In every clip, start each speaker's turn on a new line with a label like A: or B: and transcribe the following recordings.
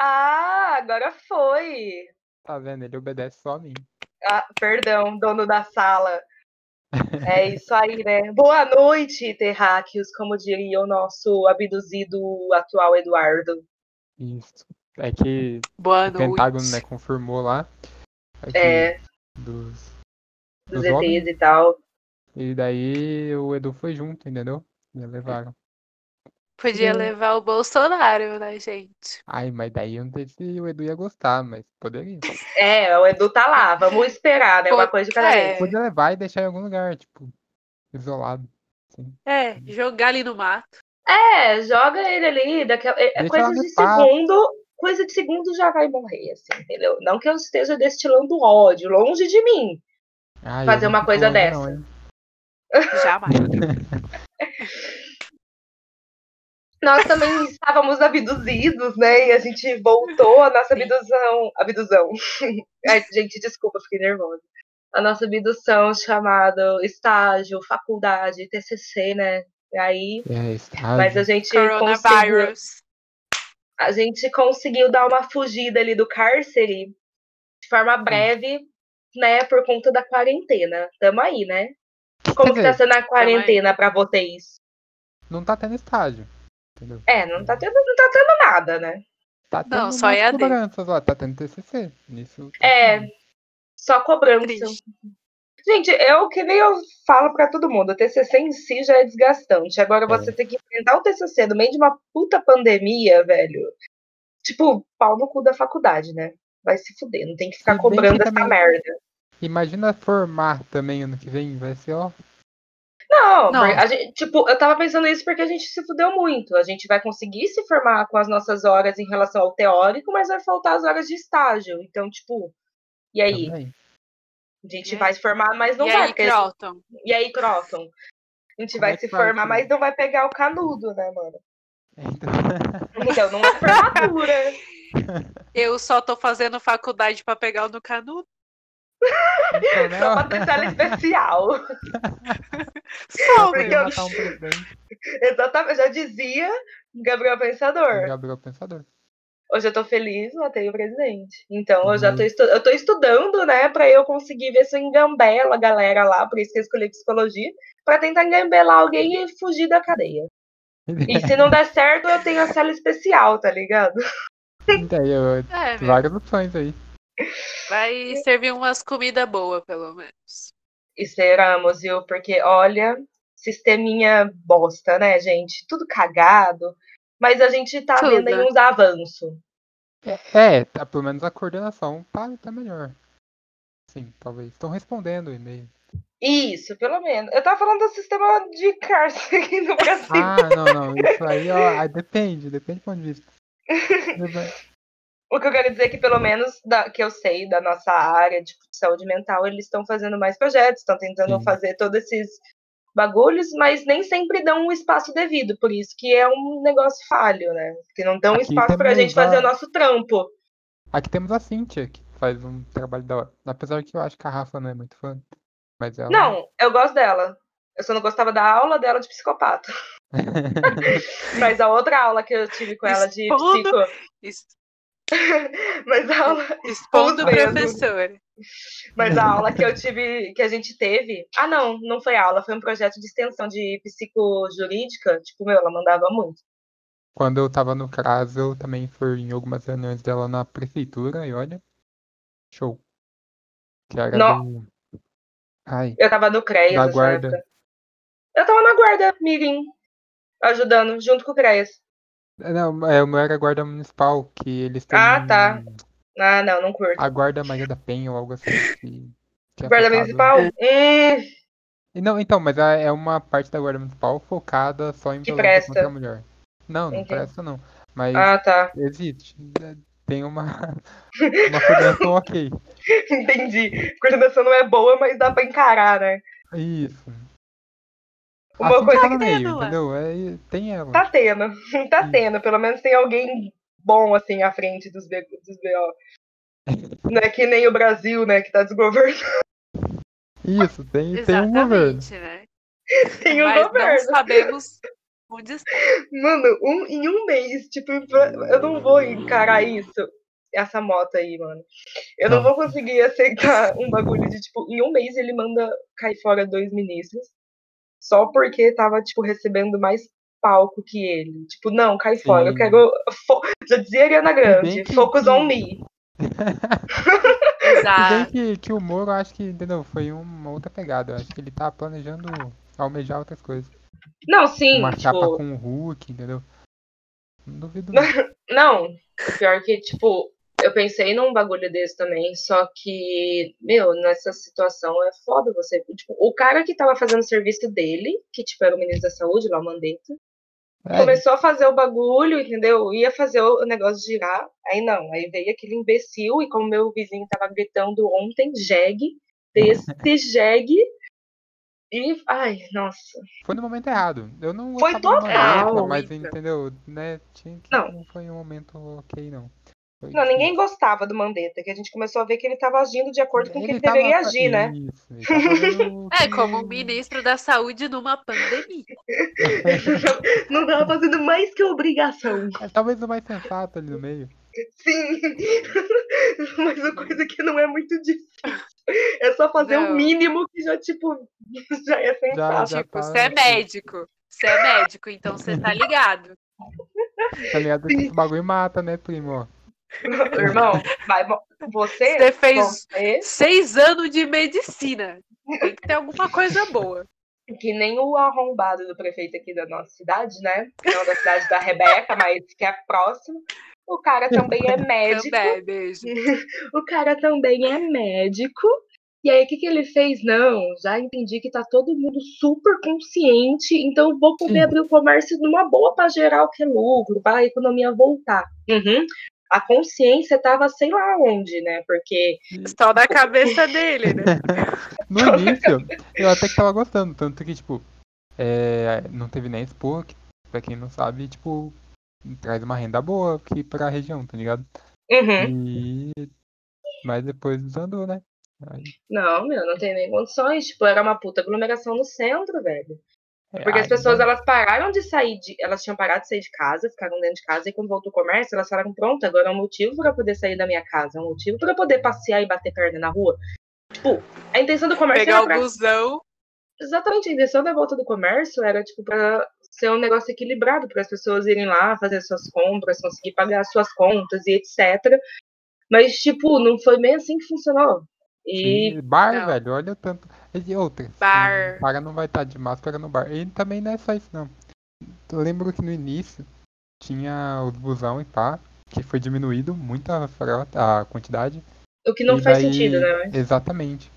A: Ah, agora foi.
B: Tá vendo? Ele obedece só a mim.
A: Ah, perdão, dono da sala. É isso aí, né? Boa noite, terráqueos, como diria o nosso abduzido atual Eduardo.
B: Isso. É que
C: Boa
B: o
C: noite.
B: Pentágono, né, confirmou lá. aqui,
A: É,
B: Dos...
A: dos
B: Os
A: ETs
B: homens.
A: e tal.
B: E daí o Edu foi junto, entendeu? Me levaram.
C: Podia
B: Hum.
A: Sim.
C: levar o Bolsonaro, né, gente?
B: Ai, mas daí eu não sei se o Edu ia gostar, mas poderia.
A: É, o Edu tá lá, vamos esperar, né? Uma
C: Pô,
A: coisa de cada
C: é.
A: vez.
B: Podia levar e deixar em algum lugar, tipo, isolado.
C: É, jogar ali no mato.
A: É, joga ele ali, daqui a... é,
B: Deixa
A: coisa
B: ela
A: de
B: reparar.
A: segundo, coisa de segundo já vai morrer, assim, entendeu? Não que eu esteja destilando ódio, longe de mim.
B: Ai, eu
A: Fazer
B: não
A: uma
B: fico
A: coisa
B: longe não,
A: dessa.
B: hein?
C: Jamais.
A: Nós também estávamos abduzidos, né? E a gente voltou a nossa abdução. Abdução. Ai, gente, desculpa, fiquei nervosa. A nossa abdução chamada estágio, faculdade, TCC, né? E aí,
B: É, estágio.
A: mas a gente conseguiu,
C: Coronavirus.
A: a gente conseguiu dar uma fugida ali do cárcere de forma breve, né? Por conta da quarentena. Tamo aí, né? Como que tá
B: dizer,
A: sendo a quarentena pra vocês?
B: Não tá tendo estádio. Entendeu?
A: É, não tá tendo, não tá tendo nada, né?
B: Tá tendo
C: Não, só é
B: umas
C: EAD.
B: cobranças lá, tá tendo TCC. Nisso. tá
A: É,
B: tendo.
A: Só cobrança.
C: Triste.
A: Gente, é o que nem eu falo pra todo mundo. O TCC em si já é desgastante. Agora você tem que enfrentar o TCC no meio de uma puta pandemia, velho. Tipo, pau no cu da faculdade, né? Vai se fuder, não tem que ficar
B: Se bem que
A: cobrando essa
B: também-
A: merda.
B: Imagina formar também ano que vem, vai ser, ó.
A: Não,
C: Não.
A: a gente- tipo, eu tava pensando isso porque a gente se fudeu muito. A gente vai conseguir se formar com as nossas horas em relação ao teórico, mas vai faltar as horas de estágio. Então, tipo, e aí?
B: também.
A: A gente
C: E
A: vai se formar, mas não
C: e
A: vai,
C: aí,
A: porque
C: Croton?
A: E aí, Croton? A gente
B: Como
A: vai
B: é que
A: se
B: faz,
A: formar,
B: filho?
A: mas não vai pegar o canudo, né, mano?
B: Então,
A: Então, não é formatura.
C: Eu só tô fazendo faculdade pra pegar o no canudo.
B: então, né,
A: Só
B: ó.
A: uma tutela especial.
C: Só,
A: Porque
C: meu.
A: eu-
B: matar um presidente,
A: Exatamente, já dizia Gabriel Pensador.
B: Gabriel Pensador.
A: Hoje eu tô feliz, matei o presidente. Então, eu já tô,
B: Uhum.
A: estu- eu tô estudando, né, pra eu conseguir ver se eu engambelo a galera lá, por isso que eu escolhi psicologia, pra tentar engambelar alguém e fugir da cadeia. E se não der certo, eu tenho a cela especial, tá ligado?
B: Daí, ó,
C: É, meu.
B: várias opções aí.
C: Vai servir umas comidas boas, pelo menos.
A: Esperamos, viu? Porque, olha, sisteminha bosta, né, gente? Tudo cagado. Mas a gente tá
C: Tudo.
A: vendo aí uns avanços.
B: É, tá, pelo menos a coordenação tá, tá melhor. Sim, talvez. Estão respondendo o e-mail.
A: Isso, pelo menos. Eu tava falando do sistema de cárcere aqui no Brasil.
B: Ah, não, não. Isso aí, ó, aí depende, depende do ponto de vista. Dep-
A: O que eu quero dizer é que, pelo menos, da, que eu sei da nossa área de saúde mental, eles estão fazendo mais projetos, estão tentando
B: Sim.
A: fazer todos esses bagulhos, mas nem sempre dão o espaço devido. Por isso que é um negócio falho, né? Que não dão
B: Aqui
A: espaço pra
B: também
A: gente fazer o
B: vai-
A: nosso trampo.
B: Aqui temos a Cintia, que faz um trabalho da hora. Apesar que eu acho que a Rafa não é muito fã. Mas ela.
A: Não, eu gosto dela. Eu só não gostava da aula dela de psicopata. Mas a outra aula que eu tive com ela de
C: Expondo.
A: psico.
C: Es-
A: Mas a aula,
C: Expondo
A: Tudo
C: o
A: mesmo.
C: professor.
A: mas a aula que eu tive, que a gente teve. Ah, não, não foi aula, foi um projeto de extensão de psicojurídica. Tipo, meu, ela mandava muito.
B: Quando eu tava no CRAS, eu também fui em algumas reuniões dela na prefeitura, e olha. Show. Que era
A: Nó.
B: do... Ai,
A: Eu tava no CREAS
B: da
A: nessa
B: guarda.
A: época. Eu tava na guarda, Mirim, ajudando, junto com o CREAS.
B: Não, é, o meu era guarda municipal, que eles têm
A: Ah, tá. Ah, não, não curto.
B: a guarda Maria da Penha ou algo assim. Que, que é
A: guarda
B: focado-
A: municipal? Hum,
B: E Não, então, mas a- é uma parte da guarda municipal focada só em
A: Que
B: violência
A: presta.
B: contra a mulher. Não, não
A: Entendi.
B: presta não. Mas
A: ah, tá.
B: existe. né, Tem uma, uma coordenação ok.
A: Entendi. Coordenação não é boa, mas dá pra encarar, né?
B: Isso.
A: Uma
B: Assim que
A: coisa
B: tá
C: que
B: no
C: tem
B: meio,
C: ela.
B: entendeu? É, tem ela.
A: Tá tendo, tá
B: Sim.
A: tendo. Pelo menos tem alguém bom, assim, à frente dos, B- dos BO. Não é que nem o Brasil, né, que tá desgovernando
B: Isso, tem, tem um governo.
C: Exatamente, né?
A: o
C: Mas não
A: governo.
C: sabemos onde está.
A: Mano, um, em um mês, tipo, eu não vou encarar isso. essa moto aí, mano. Eu não vou conseguir aceitar um bagulho de, tipo, em um mês ele manda cair fora dois ministros. Só porque tava, tipo, recebendo mais palco que ele. Tipo, não, cai fora. Eu
B: Sim.
A: quero. fo- Já dizia a Ariana
B: bem
A: Grande,
B: que-
A: focus on me.
B: Bem
A: Ah.
C: Exato.
B: que, que o Moro, eu acho que, entendeu? Foi uma outra pegada. Eu acho que ele tá planejando almejar outras coisas.
A: Não, sim,
B: uma chapa
A: tipo.
B: com o Hulk, entendeu? Não duvido. não.
A: Não. O Pior que, tipo, eu pensei num bagulho desse também, só que, meu, nessa situação é foda você. Tipo, o cara que tava fazendo o serviço dele, que, tipo, era o ministro da saúde, lá o Mandetta,
B: É,
A: começou a fazer o bagulho, entendeu? Ia fazer o negócio girar, aí não, aí veio aquele imbecil, e como meu vizinho tava gritando ontem, jegue, desse jegue, e, ai, nossa,
B: foi no momento errado. Eu não
A: Foi
B: gostava do
A: total,
B: Mandetta, mas
A: Ita.
B: entendeu? Né? Tinha que-
A: Não.
B: não foi um momento ok, não. Foi- tipo,
A: não, ninguém gostava do Mandetta, que a gente começou a ver que ele tava agindo de acordo com o que ele
B: tava
A: deveria
B: fa-
A: agir, né?
B: Isso, ele tava fazendo o
C: É,
B: que-
C: como um ministro da saúde numa pandemia.
A: Não tava fazendo mais que obrigação.
B: É, talvez o mais sensato ali no meio.
A: Sim. Mas uma coisa que não é muito difícil. É só fazer
C: Não.
A: o mínimo que já, tipo, já é sensato.
B: Já
C: Tipo,
B: tá-
C: você é médico. Você é médico, então você tá ligado.
B: Tá ligado? Esse bagulho mata, né, primo?
A: Irmão, vai, vo- você,
C: Você fez
A: você,
C: seis anos de medicina. Tem que ter alguma coisa boa.
A: que nem o arrombado do prefeito aqui da nossa cidade, né? Não da cidade da Rebeca, mas que é próximo. O cara também é médico.
C: Também, beijo.
A: O cara também é médico. E aí, o que, que ele fez? Não, já entendi que tá todo mundo super consciente, então eu vou poder
B: Sim.
A: abrir o comércio numa boa pra gerar o que é lucro, pra economia voltar. Uhum. A consciência tava sei lá onde, né? Porque
C: Só na cabeça dele, né?
B: No início, eu até que tava gostando, tanto que, tipo, é, não teve nem expo, que, pra quem não sabe, tipo, traz uma renda boa aqui pra região, tá ligado?
A: uhum,
B: E... Mas depois desandou, né? Aí-
A: não, meu, não tem nem condições. Tipo, era uma puta aglomeração no centro, velho.
B: é,
A: Porque as
B: aí-
A: pessoas, elas pararam de sair de... Elas tinham parado de sair de casa, ficaram dentro de casa, e quando voltou o comércio, elas falaram, pronto, agora é um motivo para poder sair da minha casa, é um motivo para poder passear e bater perna na rua. Tipo, a intenção do comércio
C: Pegar
A: era
C: o
A: pra...
C: busão.
A: Exatamente, a intenção da volta do comércio era, tipo, para ser um negócio equilibrado, para as pessoas irem lá fazer suas compras, conseguir pagar suas contas e etc. Mas, tipo, não foi bem assim que funcionou. E
B: Sim, bar,
C: Não.
B: velho, olha o tanto. E outra. assim,
C: Bar.
B: O cara não vai estar de máscara no bar. E também não é só isso, não. Eu lembro que no início tinha os busão e pá, que foi diminuído muito a frota, a quantidade.
A: o que não
B: e
A: faz
B: daí-
A: sentido, né?
B: Exatamente.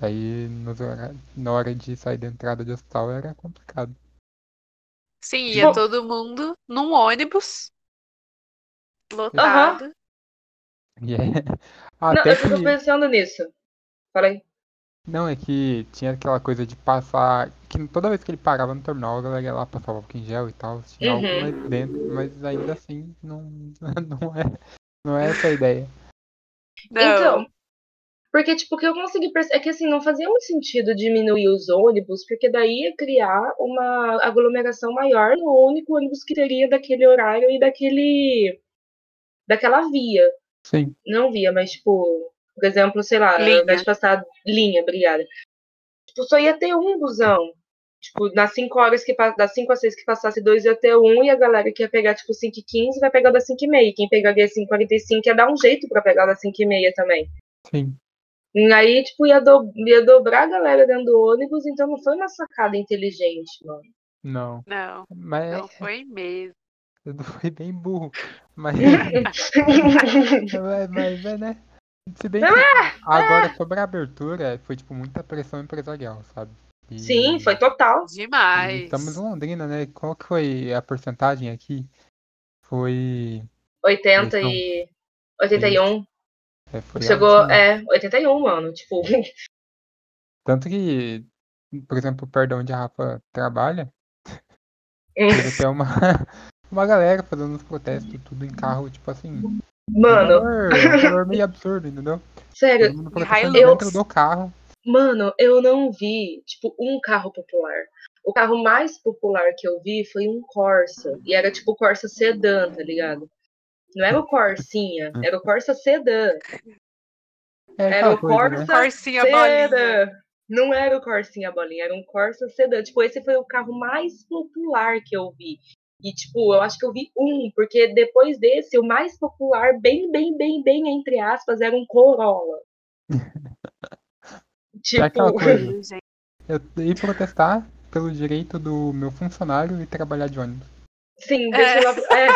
B: Daí nos hora- na hora de sair da entrada de hospital era complicado.
C: Sim,
A: Bom.
C: ia todo mundo num ônibus. Lotado.
B: E é...
A: Não,
B: Até
A: eu
B: que.
A: fico pensando nisso. Falei.
B: Não, é que tinha aquela coisa de passar. Que toda vez que ele parava no terminal, a galera ia lá passava álcool em gel e tal, tinha álcool
A: Uhum.
B: mais dentro, mas ainda assim não, não, é, não é essa a ideia.
C: Não.
A: Então, porque, tipo, o que eu consegui perceber é que, assim, não fazia muito sentido diminuir os ônibus, porque daí ia criar uma aglomeração maior no único ônibus que teria daquele horário e daquele... daquela via.
B: Sim.
A: Não via, mas, tipo, por exemplo, sei lá, ao
C: Linha.
A: invés de passar linha, obrigada. Tipo, só ia ter um busão. Tipo, nas 5 horas que pa- das 5 às 6 que passasse dois ia ter um, e a galera que ia pegar, tipo, 5 e 15 vai pegar o das 5 e meia. Quem pegaria 5 e 45 ia dar um jeito pra pegar o das 5 e meia também.
B: Sim.
A: E aí, tipo, ia, do- ia dobrar a galera dentro do ônibus, então não foi uma sacada inteligente, mano.
B: Não.
C: Não,
B: Mas
A: É.
C: não foi mesmo.
B: eu fui bem burro. Mas, mas, mas é, né? Se bem que
A: Ah,
B: agora sobre a abertura, foi tipo muita pressão empresarial, sabe? E-
A: Sim, foi total.
B: e
C: Demais.
B: Estamos em Londrina, né? Qual que foi a porcentagem aqui? Foi.
A: 80 e. 81.
B: é, foi
A: Chegou.
B: altíssimo.
A: É, 81, mano. Tipo,
B: Tanto que, por exemplo, perto de onde a Rafa trabalha,
A: Hum.
B: teve até uma, uma galera fazendo uns protestos, tudo em carro, tipo assim. um
A: mano,
B: valor- um valor meio absurdo, entendeu?
A: sério,
B: Todo mundo protestando
C: Hilux.
B: dentro do carro.
A: mano, eu não vi, tipo, um carro popular. O carro mais popular que eu vi foi um Corsa. E era tipo Corsa sedã, tá ligado? Não era o Corsinha, era o Corsa Sedã.
B: É
A: Era
B: aquela
A: o
B: coisa,
A: Corsa
C: Corsinha bolinha.
A: Sedã. Não era o Corsinha bolinha, era um Corsa Sedã. Tipo, esse foi o carro mais popular que eu vi. E, tipo, eu acho que eu vi um, porque depois desse, o mais popular, bem, bem, bem, bem, entre aspas, era um Corolla. tipo,
B: É aquela coisa.
C: Ih, gente,
B: Eu ir protestar pelo direito do meu funcionário e trabalhar de ônibus.
A: sim, deixa, Eu, é,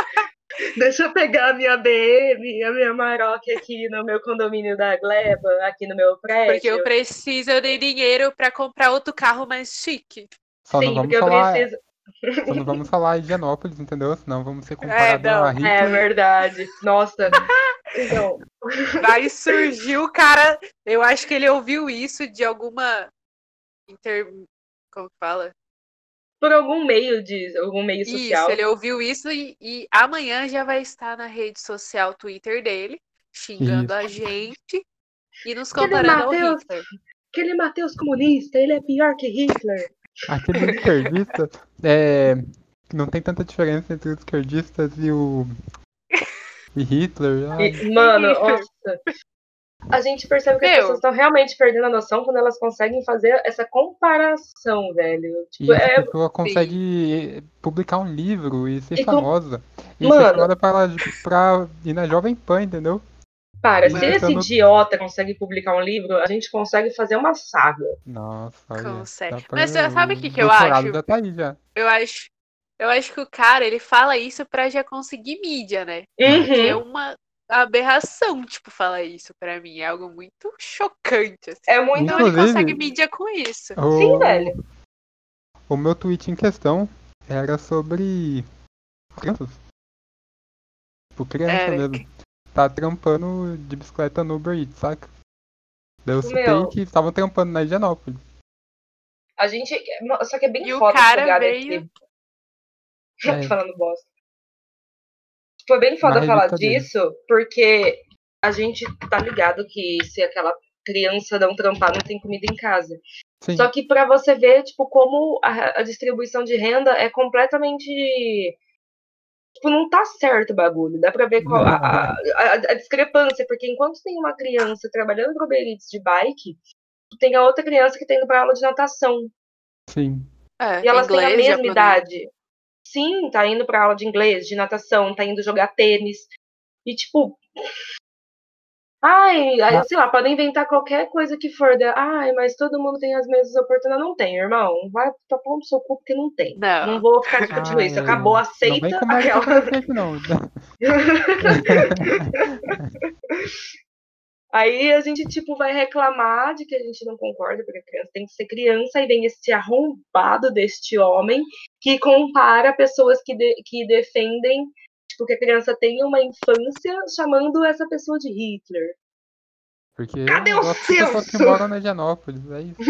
A: deixa eu pegar a minha BM, a minha Maroc aqui no meu condomínio da Gleba, aqui no meu prédio.
C: Porque eu preciso de dinheiro pra comprar outro carro mais chique.
B: Só
A: sim,
B: não vamos
A: porque eu
B: falar.
A: preciso.
B: Só não vamos falar de Higienópolis, entendeu? Senão vamos ser
C: É,
B: comparados
C: não,
B: a Hitler.
A: É verdade. Nossa. Então,
C: Daí surgiu o cara. Eu acho que ele ouviu isso de alguma. Inter... Como que fala?
A: por algum meio de algum meio social.
C: Isso, ele é ouviu isso e, e amanhã já vai estar na rede social Twitter dele, xingando a gente e nos
A: Cadê
C: comparando ao
A: Matheus?
C: Hitler.
A: Aquele é Matheus comunista, ele é pior que Hitler.
B: Aquele esquerdista é, não tem tanta diferença entre os esquerdistas e o. E Hitler. né? ai,
A: E, mano,
C: Hitler.
A: nossa. A gente percebe que as
C: Meu.
A: pessoas estão realmente perdendo a noção quando elas conseguem fazer essa comparação, velho. Tipo,
B: e
A: é,
B: a pessoa consegue publicar um livro e ser
A: E com-
B: famosa. E
A: Mano.
B: ser famosa pra, pra ir na Jovem Pan, entendeu?
A: para,
B: Mas
A: se
B: eu
A: esse
B: não-
A: idiota consegue publicar um livro, a gente consegue fazer uma saga.
B: Nossa, olha.
C: Consegue.
B: dá pra-
C: Mas eh, sabe o que, que eu
B: doutorado
C: acho?
B: já tá aí já.
C: Eu acho, eu acho que o cara, ele fala isso pra já conseguir mídia, né? Que é
A: Uhum.
C: uma aberração, tipo, falar isso pra mim. É algo muito chocante, assim.
A: É muito.
C: Então ele
B: Inclusive-
C: consegue mídia com isso.
B: O,
A: Sim, velho.
B: o meu tweet em questão era sobre crianças. Tipo, criança
C: Era
B: mesmo. Tá trampando de bicicleta no Uber Eats, saca? Daí eu citei
A: Meu.
B: que estavam trampando na Higienópolis.
A: A gente. Só que é bem
C: E o
A: foda
C: cara
A: pegar
C: veio-
A: desse-
B: É.
A: falando bosta. Foi bem foda
B: Na
A: falar
B: revista dele.
A: disso, porque a gente tá ligado que se aquela criança não trampar, não tem comida em casa.
B: Sim,
A: Só que pra você ver, tipo, como a, a distribuição de renda é completamente. Tipo, não tá certo o bagulho. Dá pra ver qual a, a, a- a discrepância, porque enquanto tem uma criança trabalhando pro Uber Eats de bike, tem a outra criança que tá indo pra aula de natação.
B: sim.
C: É,
A: E elas têm a
C: inglês,
A: mesma
C: japonês.
A: idade. Sim, tá indo pra aula de inglês, de natação, tá indo jogar tênis. E tipo. Ai, ai,
B: Ah.
A: sei lá, podem inventar qualquer coisa que for. da- Ai, mas todo mundo tem as mesmas oportunidades. Não tem, irmão. Vai pra pão do seu cu porque não tem.
C: Não.
A: Não vou ficar discutindo
B: Ai,
A: isso. Acabou,
B: Não
A: aceita
B: vem com mais
A: aquela.
B: preconceito, não.
A: Aí a gente, tipo, vai reclamar de que a gente não concorda, porque a criança tem que ser criança, e vem esse arrombado deste homem que compara pessoas que, de- que defendem, tipo, que a criança tenha uma infância, chamando essa pessoa de Hitler.
B: Porque
A: Cadê
B: eu
A: o
B: gosto de pessoas que
A: senso?
B: moram na Higienópolis, é isso.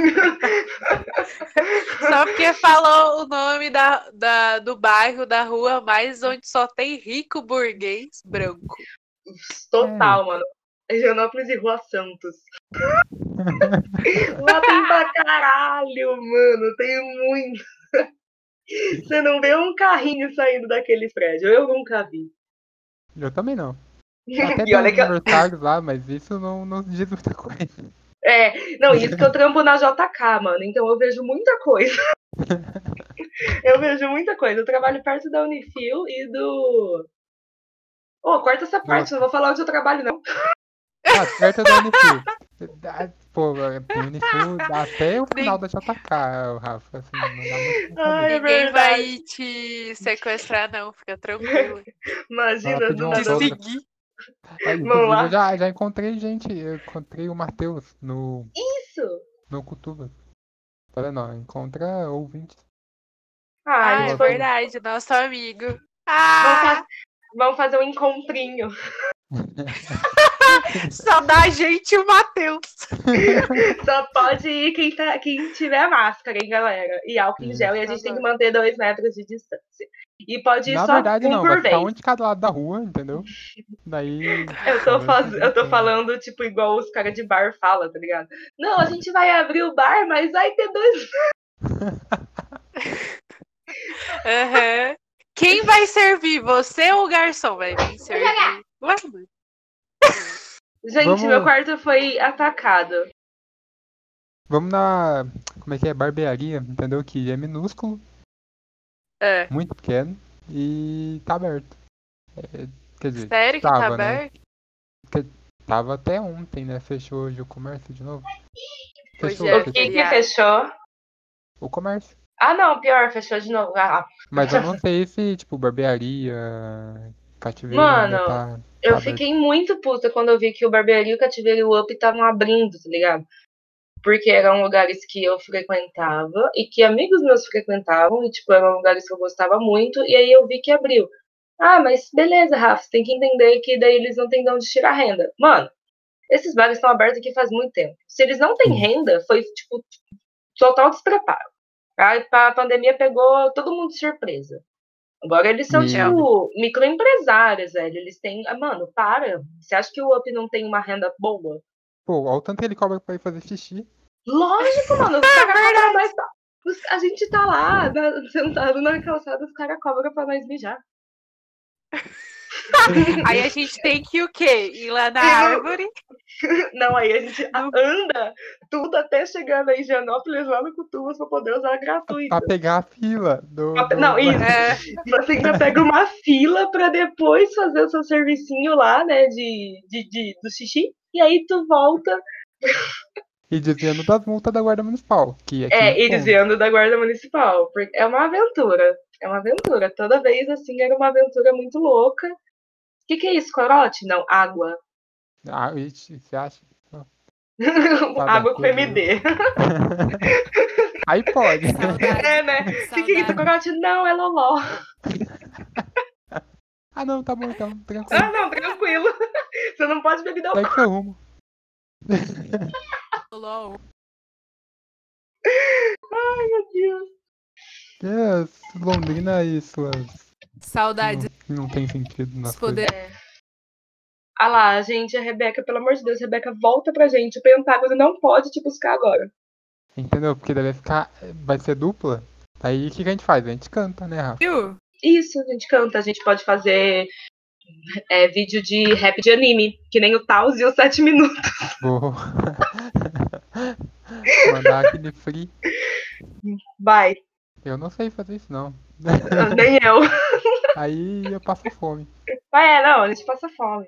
C: Só porque falou o nome da, da- do bairro, da rua, mas onde só tem rico burguês branco.
A: Total, mano. Higienópolis e Rua Santos. Lá tem pra caralho, mano. Tem muito. Você não vê um carrinho saindo daquele prédio. Eu nunca vi.
B: Eu também não. Tá Até
A: E
B: tem
A: olha que eu-
B: aniversários lá, mas isso não, não diz muita coisa.
A: É, não, isso que eu trampo na JK, mano, então eu vejo muita coisa. eu vejo muita coisa. Eu trabalho perto da Unifil e do. Ô, corta essa parte, não vou falar onde eu trabalho, não.
B: Ah, perto da Unifil. Ah, Pô, a Unifil dá até o final da JK, o Rafa. Assim, não dá muito pra
A: Ai,
B: saber.
A: É
C: Ninguém vai
A: verdade.
C: te sequestrar, não. Fica tranquilo.
A: Imagina,
B: Fala,
A: do
B: pediu um
C: Te
A: nada.
B: autógrafo.
C: seguir.
B: Aí,
A: vamos
B: inclusive,
A: lá.
B: eu já, já encontrei gente, eu encontrei o Matheus no,
A: Isso!
B: no Cutuba. Olha, não, encontra ouvinte.
A: Ai,
C: Ah, é
A: tipo,
C: verdade, nosso amigo.
A: vamos,
C: Ah,
A: fa- vamos fazer um encontrinho.
C: só dá a gente e o Matheus.
A: Só pode ir quem, tá, quem tiver máscara, hein, galera? E álcool em
B: Isso.
A: gel, e a gente tem que manter dois metros de distância. E pode ir
B: Na
A: só
B: verdade,
A: um
B: não, vai
A: por vez.
B: ficar um de cada lado da rua, entendeu? Daí.
A: Eu tô, faz... eu tô falando, tipo, igual os caras de bar falam, tá ligado? Não, a gente vai abrir o bar, mas vai ter dois.
C: Aham. Quem vai servir? Você ou o garçom vai vir servir? Ué, mãe.
A: Gente,
B: Vamos-
A: meu quarto foi atacado.
B: Vamos na. Como é que é? Barbearia, entendeu? Que é minúsculo,
C: É.
B: muito pequeno e tá aberto. É, quer dizer,
C: Sério que tá
B: Tava, né?
C: aberto?
B: tava até ontem, né? Fechou hoje o comércio de novo.
C: Pois
B: Fechou,
C: é.
A: O
B: fechou
A: que que
C: feriado.
A: fechou?
B: o comércio.
A: Ah, não, pior, fechou de novo. Ah,
B: Mas eu não sei se, tipo, barbearia, cativeiro.
A: Mano,
B: ainda tá-
A: eu
B: Tá
A: fiquei muito puta quando eu vi que o barbearia e o cativeiro e o up estavam abrindo, tá ligado? Porque eram lugares que eu frequentava e que amigos meus frequentavam, e tipo, eram lugares que eu gostava muito, e aí eu vi que abriu. Ah, mas beleza, Rafa, você tem que entender que daí eles não têm de onde tirar renda. Mano, esses bares estão abertos aqui faz muito tempo. Se eles não têm
B: Sim.
A: renda, foi tipo total despreparo. Aí pa- A pandemia pegou todo mundo de surpresa. Agora eles são,
B: E-
A: tipo, microempresários, velho. Eles têm. ah, Mano, para. Você acha que o UP não tem uma renda boa?
B: Pô, olha o tanto que ele cobra pra ir fazer xixi.
A: Lógico, mano. Os caras cobram nós. os- A gente tá lá, na- sentado na calçada, os caras cobram pra nós mijar.
C: Aí a gente tem que o quê? Ir lá na
A: Eu-
C: árvore?
A: Não, aí a gente
C: Não.
A: anda tudo até chegando aí em Janópolis, lá no Cutubas, pra poder usar gratuito.
B: Pra pegar a fila do.
A: Pra pe-
B: do-
A: Não, isso.
C: É.
A: Você ainda pega uma fila pra depois fazer o seu servicinho lá, né, de, de, de- do xixi. E aí tu volta,
B: E desviando das multas da Guarda Municipal. Que aqui
A: é, e desviando da guarda municipal. Porque é uma aventura, é uma aventura. Toda vez, assim, era uma aventura muito louca. O que que é isso, corote? Não, água.
B: Ah, ixi, você acha?
A: água com
B: tudo.
A: MD.
B: Aí pode.
D: Saudade.
A: É, né? O que que é isso,
D: Saudade.
A: corote? Não, é loló.
B: ah, não, tá bom então, tranquilo.
A: Ah, não, tranquilo. Você não pode beber
B: Daí que eu arrumo.
D: LOL.
A: alcoólico.
B: Yes, Londrina e suas.
D: Saudades
B: Não, não tem sentido nas
D: dos poderes.
A: Ah lá, gente, a Rebeca, pelo amor de Deus, Rebeca, volta pra gente. O Pentágono não pode te buscar agora.
B: coisas. Entendeu? Porque daí vai ficar. Vai ser dupla. Aí o que que a gente faz? A gente canta, né, Rafa?
D: Viu?
A: Isso, a gente canta, a gente pode fazer é, vídeo de rap de anime, que nem o Taos e os 7 minutos.
B: Vou. Mandar aquele free.
A: Vai,
B: Eu não sei fazer isso, não.
A: nem eu.
B: Aí eu passo fome.
A: Mas é, não, a gente passa fome.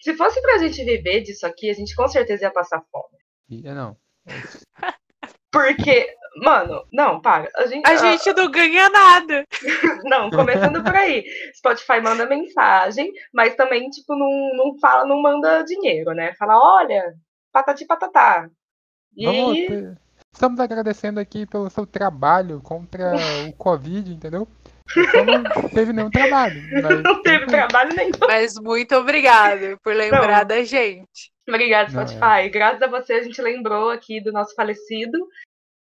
A: Se fosse pra gente viver disso aqui, a gente com certeza ia passar fome.
B: E- é, não.
A: Porque, mano, não, para. A gente,
C: A gente não ganha nada.
A: Não, começando por aí. Spotify manda mensagem, mas também, tipo, não, não fala, não manda dinheiro, né? Fala, olha, patati patatá. E
B: Vamos.
A: aí,
B: ter- Estamos agradecendo aqui pelo seu trabalho contra o Covid, entendeu? Só não teve nenhum trabalho. mas-
A: não teve trabalho nenhum.
C: Mas muito obrigado por lembrar da gente.
A: Obrigada,
B: Não, é.
A: Spotify. Graças a você, a gente lembrou aqui do nosso falecido.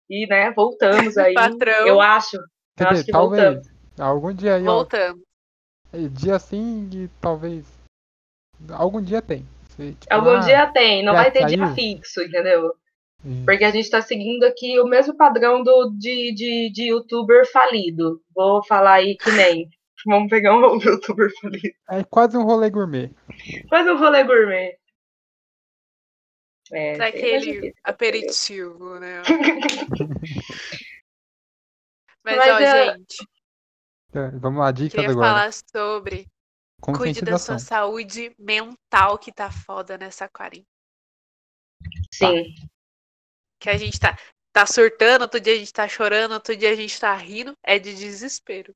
A: E, né, voltamos aí.
C: Patrão.
A: Eu acho.
B: Quer
A: Eu acho
B: dizer,
A: que
B: talvez. Algum dia aí, ó,
C: Voltamos.
B: Dia sim e talvez. Algum dia tem. Se, tipo,
A: Algum
B: ah,
A: É um dia tem, não
B: já
A: vai ter dia
B: saiu?
A: fixo, entendeu?
B: e-
A: Porque a gente tá seguindo aqui o mesmo padrão do, de, de, de youtuber falido. Vou falar aí que nem. Vamos pegar um youtuber falido.
B: É quase um rolê gourmet.
A: Faz um rolê gourmet. É, sei, mas
C: Daquele
A: enfim.
C: aperitivo, né? Mas,
A: Mas,
C: ó,
A: é,
C: gente,
B: Tá, Vamos lá, dicas
C: queria
B: agora.
C: falar sobre cuide da sua
B: Conscientização.
C: saúde mental que tá foda nessa quarentena.
A: Sim.
C: Que a gente tá, tá surtando, outro dia a gente tá chorando, outro dia a gente tá rindo. É de desespero.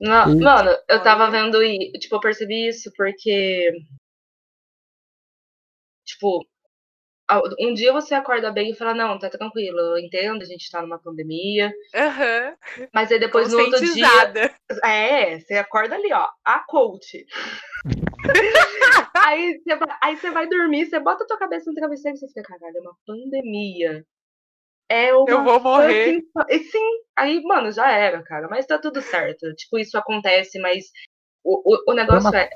A: Na-
B: Hum.
A: Mano, eu tava
C: Olha.
A: vendo e, tipo, eu percebi isso porque. Tipo, a- um dia você acorda bem e fala, não, tá tranquilo, eu entendo, a gente tá numa pandemia.
C: Aham.
A: Mas aí depois no outro dia.
C: Conscientizada.
A: É, você acorda ali, ó, a coach. aí, você vai, aí você vai dormir, você bota a tua cabeça no travesseiro e você fica, caralho, é uma pandemia. É uma
C: Eu vou morrer.
A: Fucking pa- assim, e Sim, aí, mano, já era, cara. Mas tá tudo certo. Tipo, isso acontece, mas o, o, o negócio é.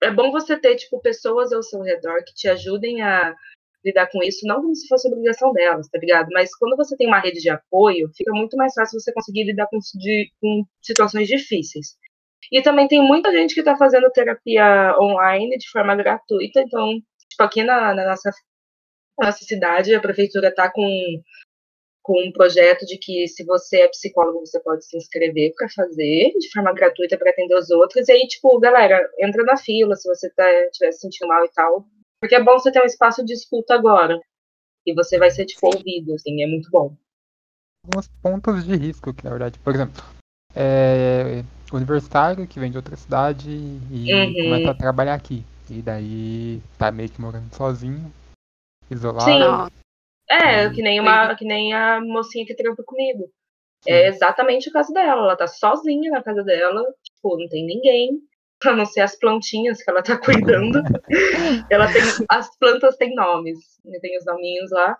A: É bom você ter, tipo, pessoas ao seu redor que te ajudem a, lidar com isso, não como se fosse obrigação delas, tá ligado? Mas quando você tem uma rede de apoio, fica muito mais fácil você conseguir lidar com, de, com situações difíceis. E também tem muita gente que está fazendo terapia online de forma gratuita, então, tipo, aqui na, na nossa, na nossa cidade, a prefeitura está com, com um projeto de que se você é psicólogo, você pode se inscrever para fazer de forma gratuita para atender os outros. E aí, tipo, galera, entra na fila se você tá, tiver se sentindo mal e tal. Porque é bom você ter um espaço de escuta agora. E você vai ser, tipo, ouvido, assim, é muito bom.
B: Alguns pontos de risco, que na verdade, por exemplo, é, universitário que vem de outra cidade e
A: Uhum.
B: começa a trabalhar aqui. E daí tá meio que morando sozinho, isolado.
A: Sim.
C: Não,
A: É, que nem, uma, que nem a mocinha que trampa comigo. É exatamente o caso dela. Ela tá sozinha na casa dela, tipo, não tem ninguém, a não ser as plantinhas que ela tá cuidando. ela tem. As plantas têm nomes, né, tem os nominhos lá.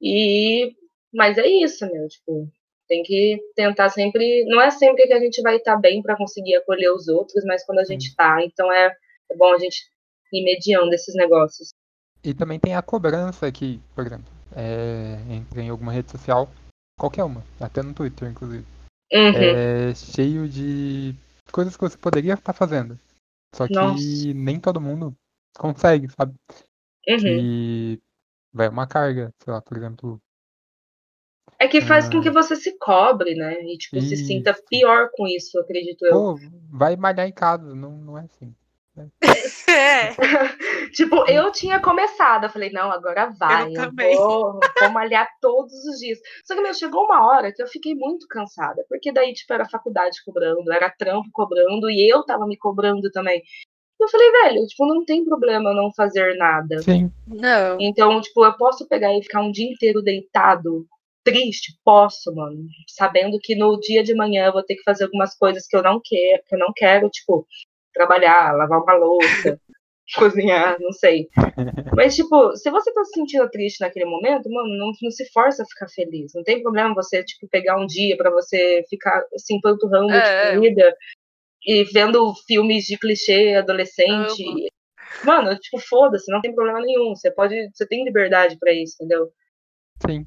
A: E. Mas é isso, meu, tipo, tem que tentar sempre. Não é sempre que a gente vai estar bem pra conseguir acolher os outros, mas quando a gente tá, então é, é bom a gente ir mediando esses negócios.
B: E também tem a cobrança que, por exemplo, é, entra em alguma rede social, qualquer uma, até no Twitter, inclusive.
A: Uhum.
B: É cheio de coisas que você poderia estar fazendo. Só que
A: Nossa.
B: nem todo mundo consegue, sabe?
A: uhum.
B: E vai uma carga, sei lá, por exemplo.
A: É que faz com
B: Ah.
A: que você se cobre, né? E, tipo, se
B: Isso.
A: sinta pior com isso, acredito eu.
B: Pô, vai malhar em casa, não, não é assim.
C: É,
A: Tipo, eu tinha começado, eu falei, não, agora vai, eu,
C: também.
A: vou, vou malhar todos os dias. Só que, meu, chegou uma hora que eu fiquei muito cansada, porque daí, tipo, era faculdade cobrando, era trampo cobrando, e eu tava me cobrando também. E eu falei, velho, tipo, não tem problema eu não fazer nada.
B: Sim.
C: não.
A: Então, tipo, eu posso pegar e ficar um dia inteiro deitado, triste? Posso, mano. Sabendo que no dia de manhã eu vou ter que fazer algumas coisas que eu não quero, que eu não quero, tipo, trabalhar, lavar uma louça, cozinhar, não sei. Mas, tipo, se você tá se sentindo triste naquele momento, mano, não, não se força a ficar feliz. Não tem problema você, tipo, pegar um dia pra você ficar se empanturrando
C: É, é.
A: de comida e vendo filmes de clichê adolescente.
C: Amo.
A: Mano, tipo, foda-se, não tem problema nenhum. Você pode. Você tem liberdade pra isso, entendeu?
B: Sim.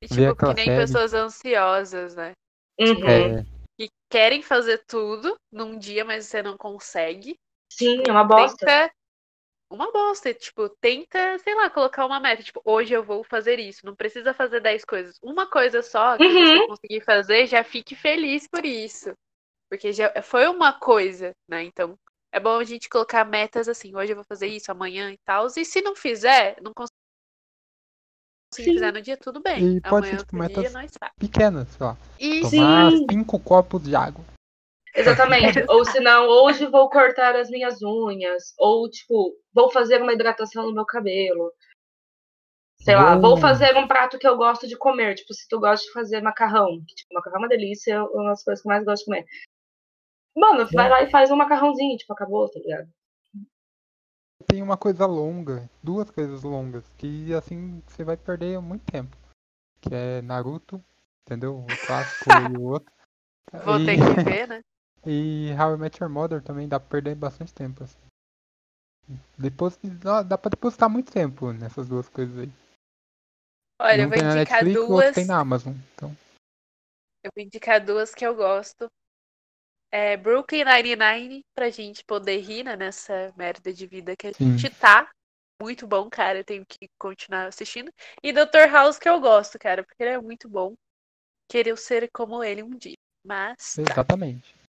C: E,
B: Ver
C: tipo,
B: aquela
C: que nem
B: série.
C: pessoas ansiosas, né?
A: Uhum.
B: É,
C: Que querem fazer tudo num dia, mas você não consegue.
A: Sim, é uma bosta.
C: Tenta. Uma bosta. Tipo, tenta, sei lá, colocar uma meta. Tipo, hoje eu vou fazer isso. Não precisa fazer 10 coisas. Uma coisa só que você
A: Uhum.
C: conseguir fazer, já fique feliz por isso. Porque já foi uma coisa, né? Então, é bom a gente colocar metas assim. Hoje eu vou fazer isso, amanhã e tal. E se não fizer, não cons- conseguir
A: Sim.
C: fizer no dia, tudo bem.
B: E pode
C: amanhã,
B: ser, tipo,
C: outro dia,
B: metas-
C: nós tá.
B: pequenas, sei lá.
C: E
A: Sim.
B: Tomar cinco copos de água.
A: Exatamente. Ou se não, hoje vou cortar as minhas unhas. Ou, tipo, vou fazer uma hidratação no meu cabelo. Sei lá, vou
B: Hum.
A: fazer um prato que eu gosto de comer. Tipo, se tu gosta de fazer macarrão. que, Tipo, macarrão é uma delícia, é uma das coisas que eu mais gosto de comer. Mano, vai lá e faz um macarrãozinho, tipo, acabou, tá ligado?
B: Tem uma coisa longa, duas coisas longas, que assim você vai perder muito tempo. Que é Naruto, entendeu? O clássico e o outro.
C: Vou ter
B: E,
C: que ver, né?
B: e How I Met Your Mother também dá pra perder bastante tempo. Assim. Depois, dá, dá pra depositar muito tempo nessas duas coisas aí.
C: Olha, eu
B: um tem
C: vou
B: na
C: indicar
B: Netflix, o outro
C: duas.
B: tem na Amazon. Então,
C: Eu vou indicar duas que eu gosto. É Brooklyn Nine-Nine, pra gente poder rir né, nessa merda de vida que a
B: Sim.
C: gente tá. Muito bom, cara. Eu tenho que continuar assistindo. E Dr. House, que eu gosto, cara, porque ele é muito bom. Queria eu ser como ele um dia. Mas
B: exatamente.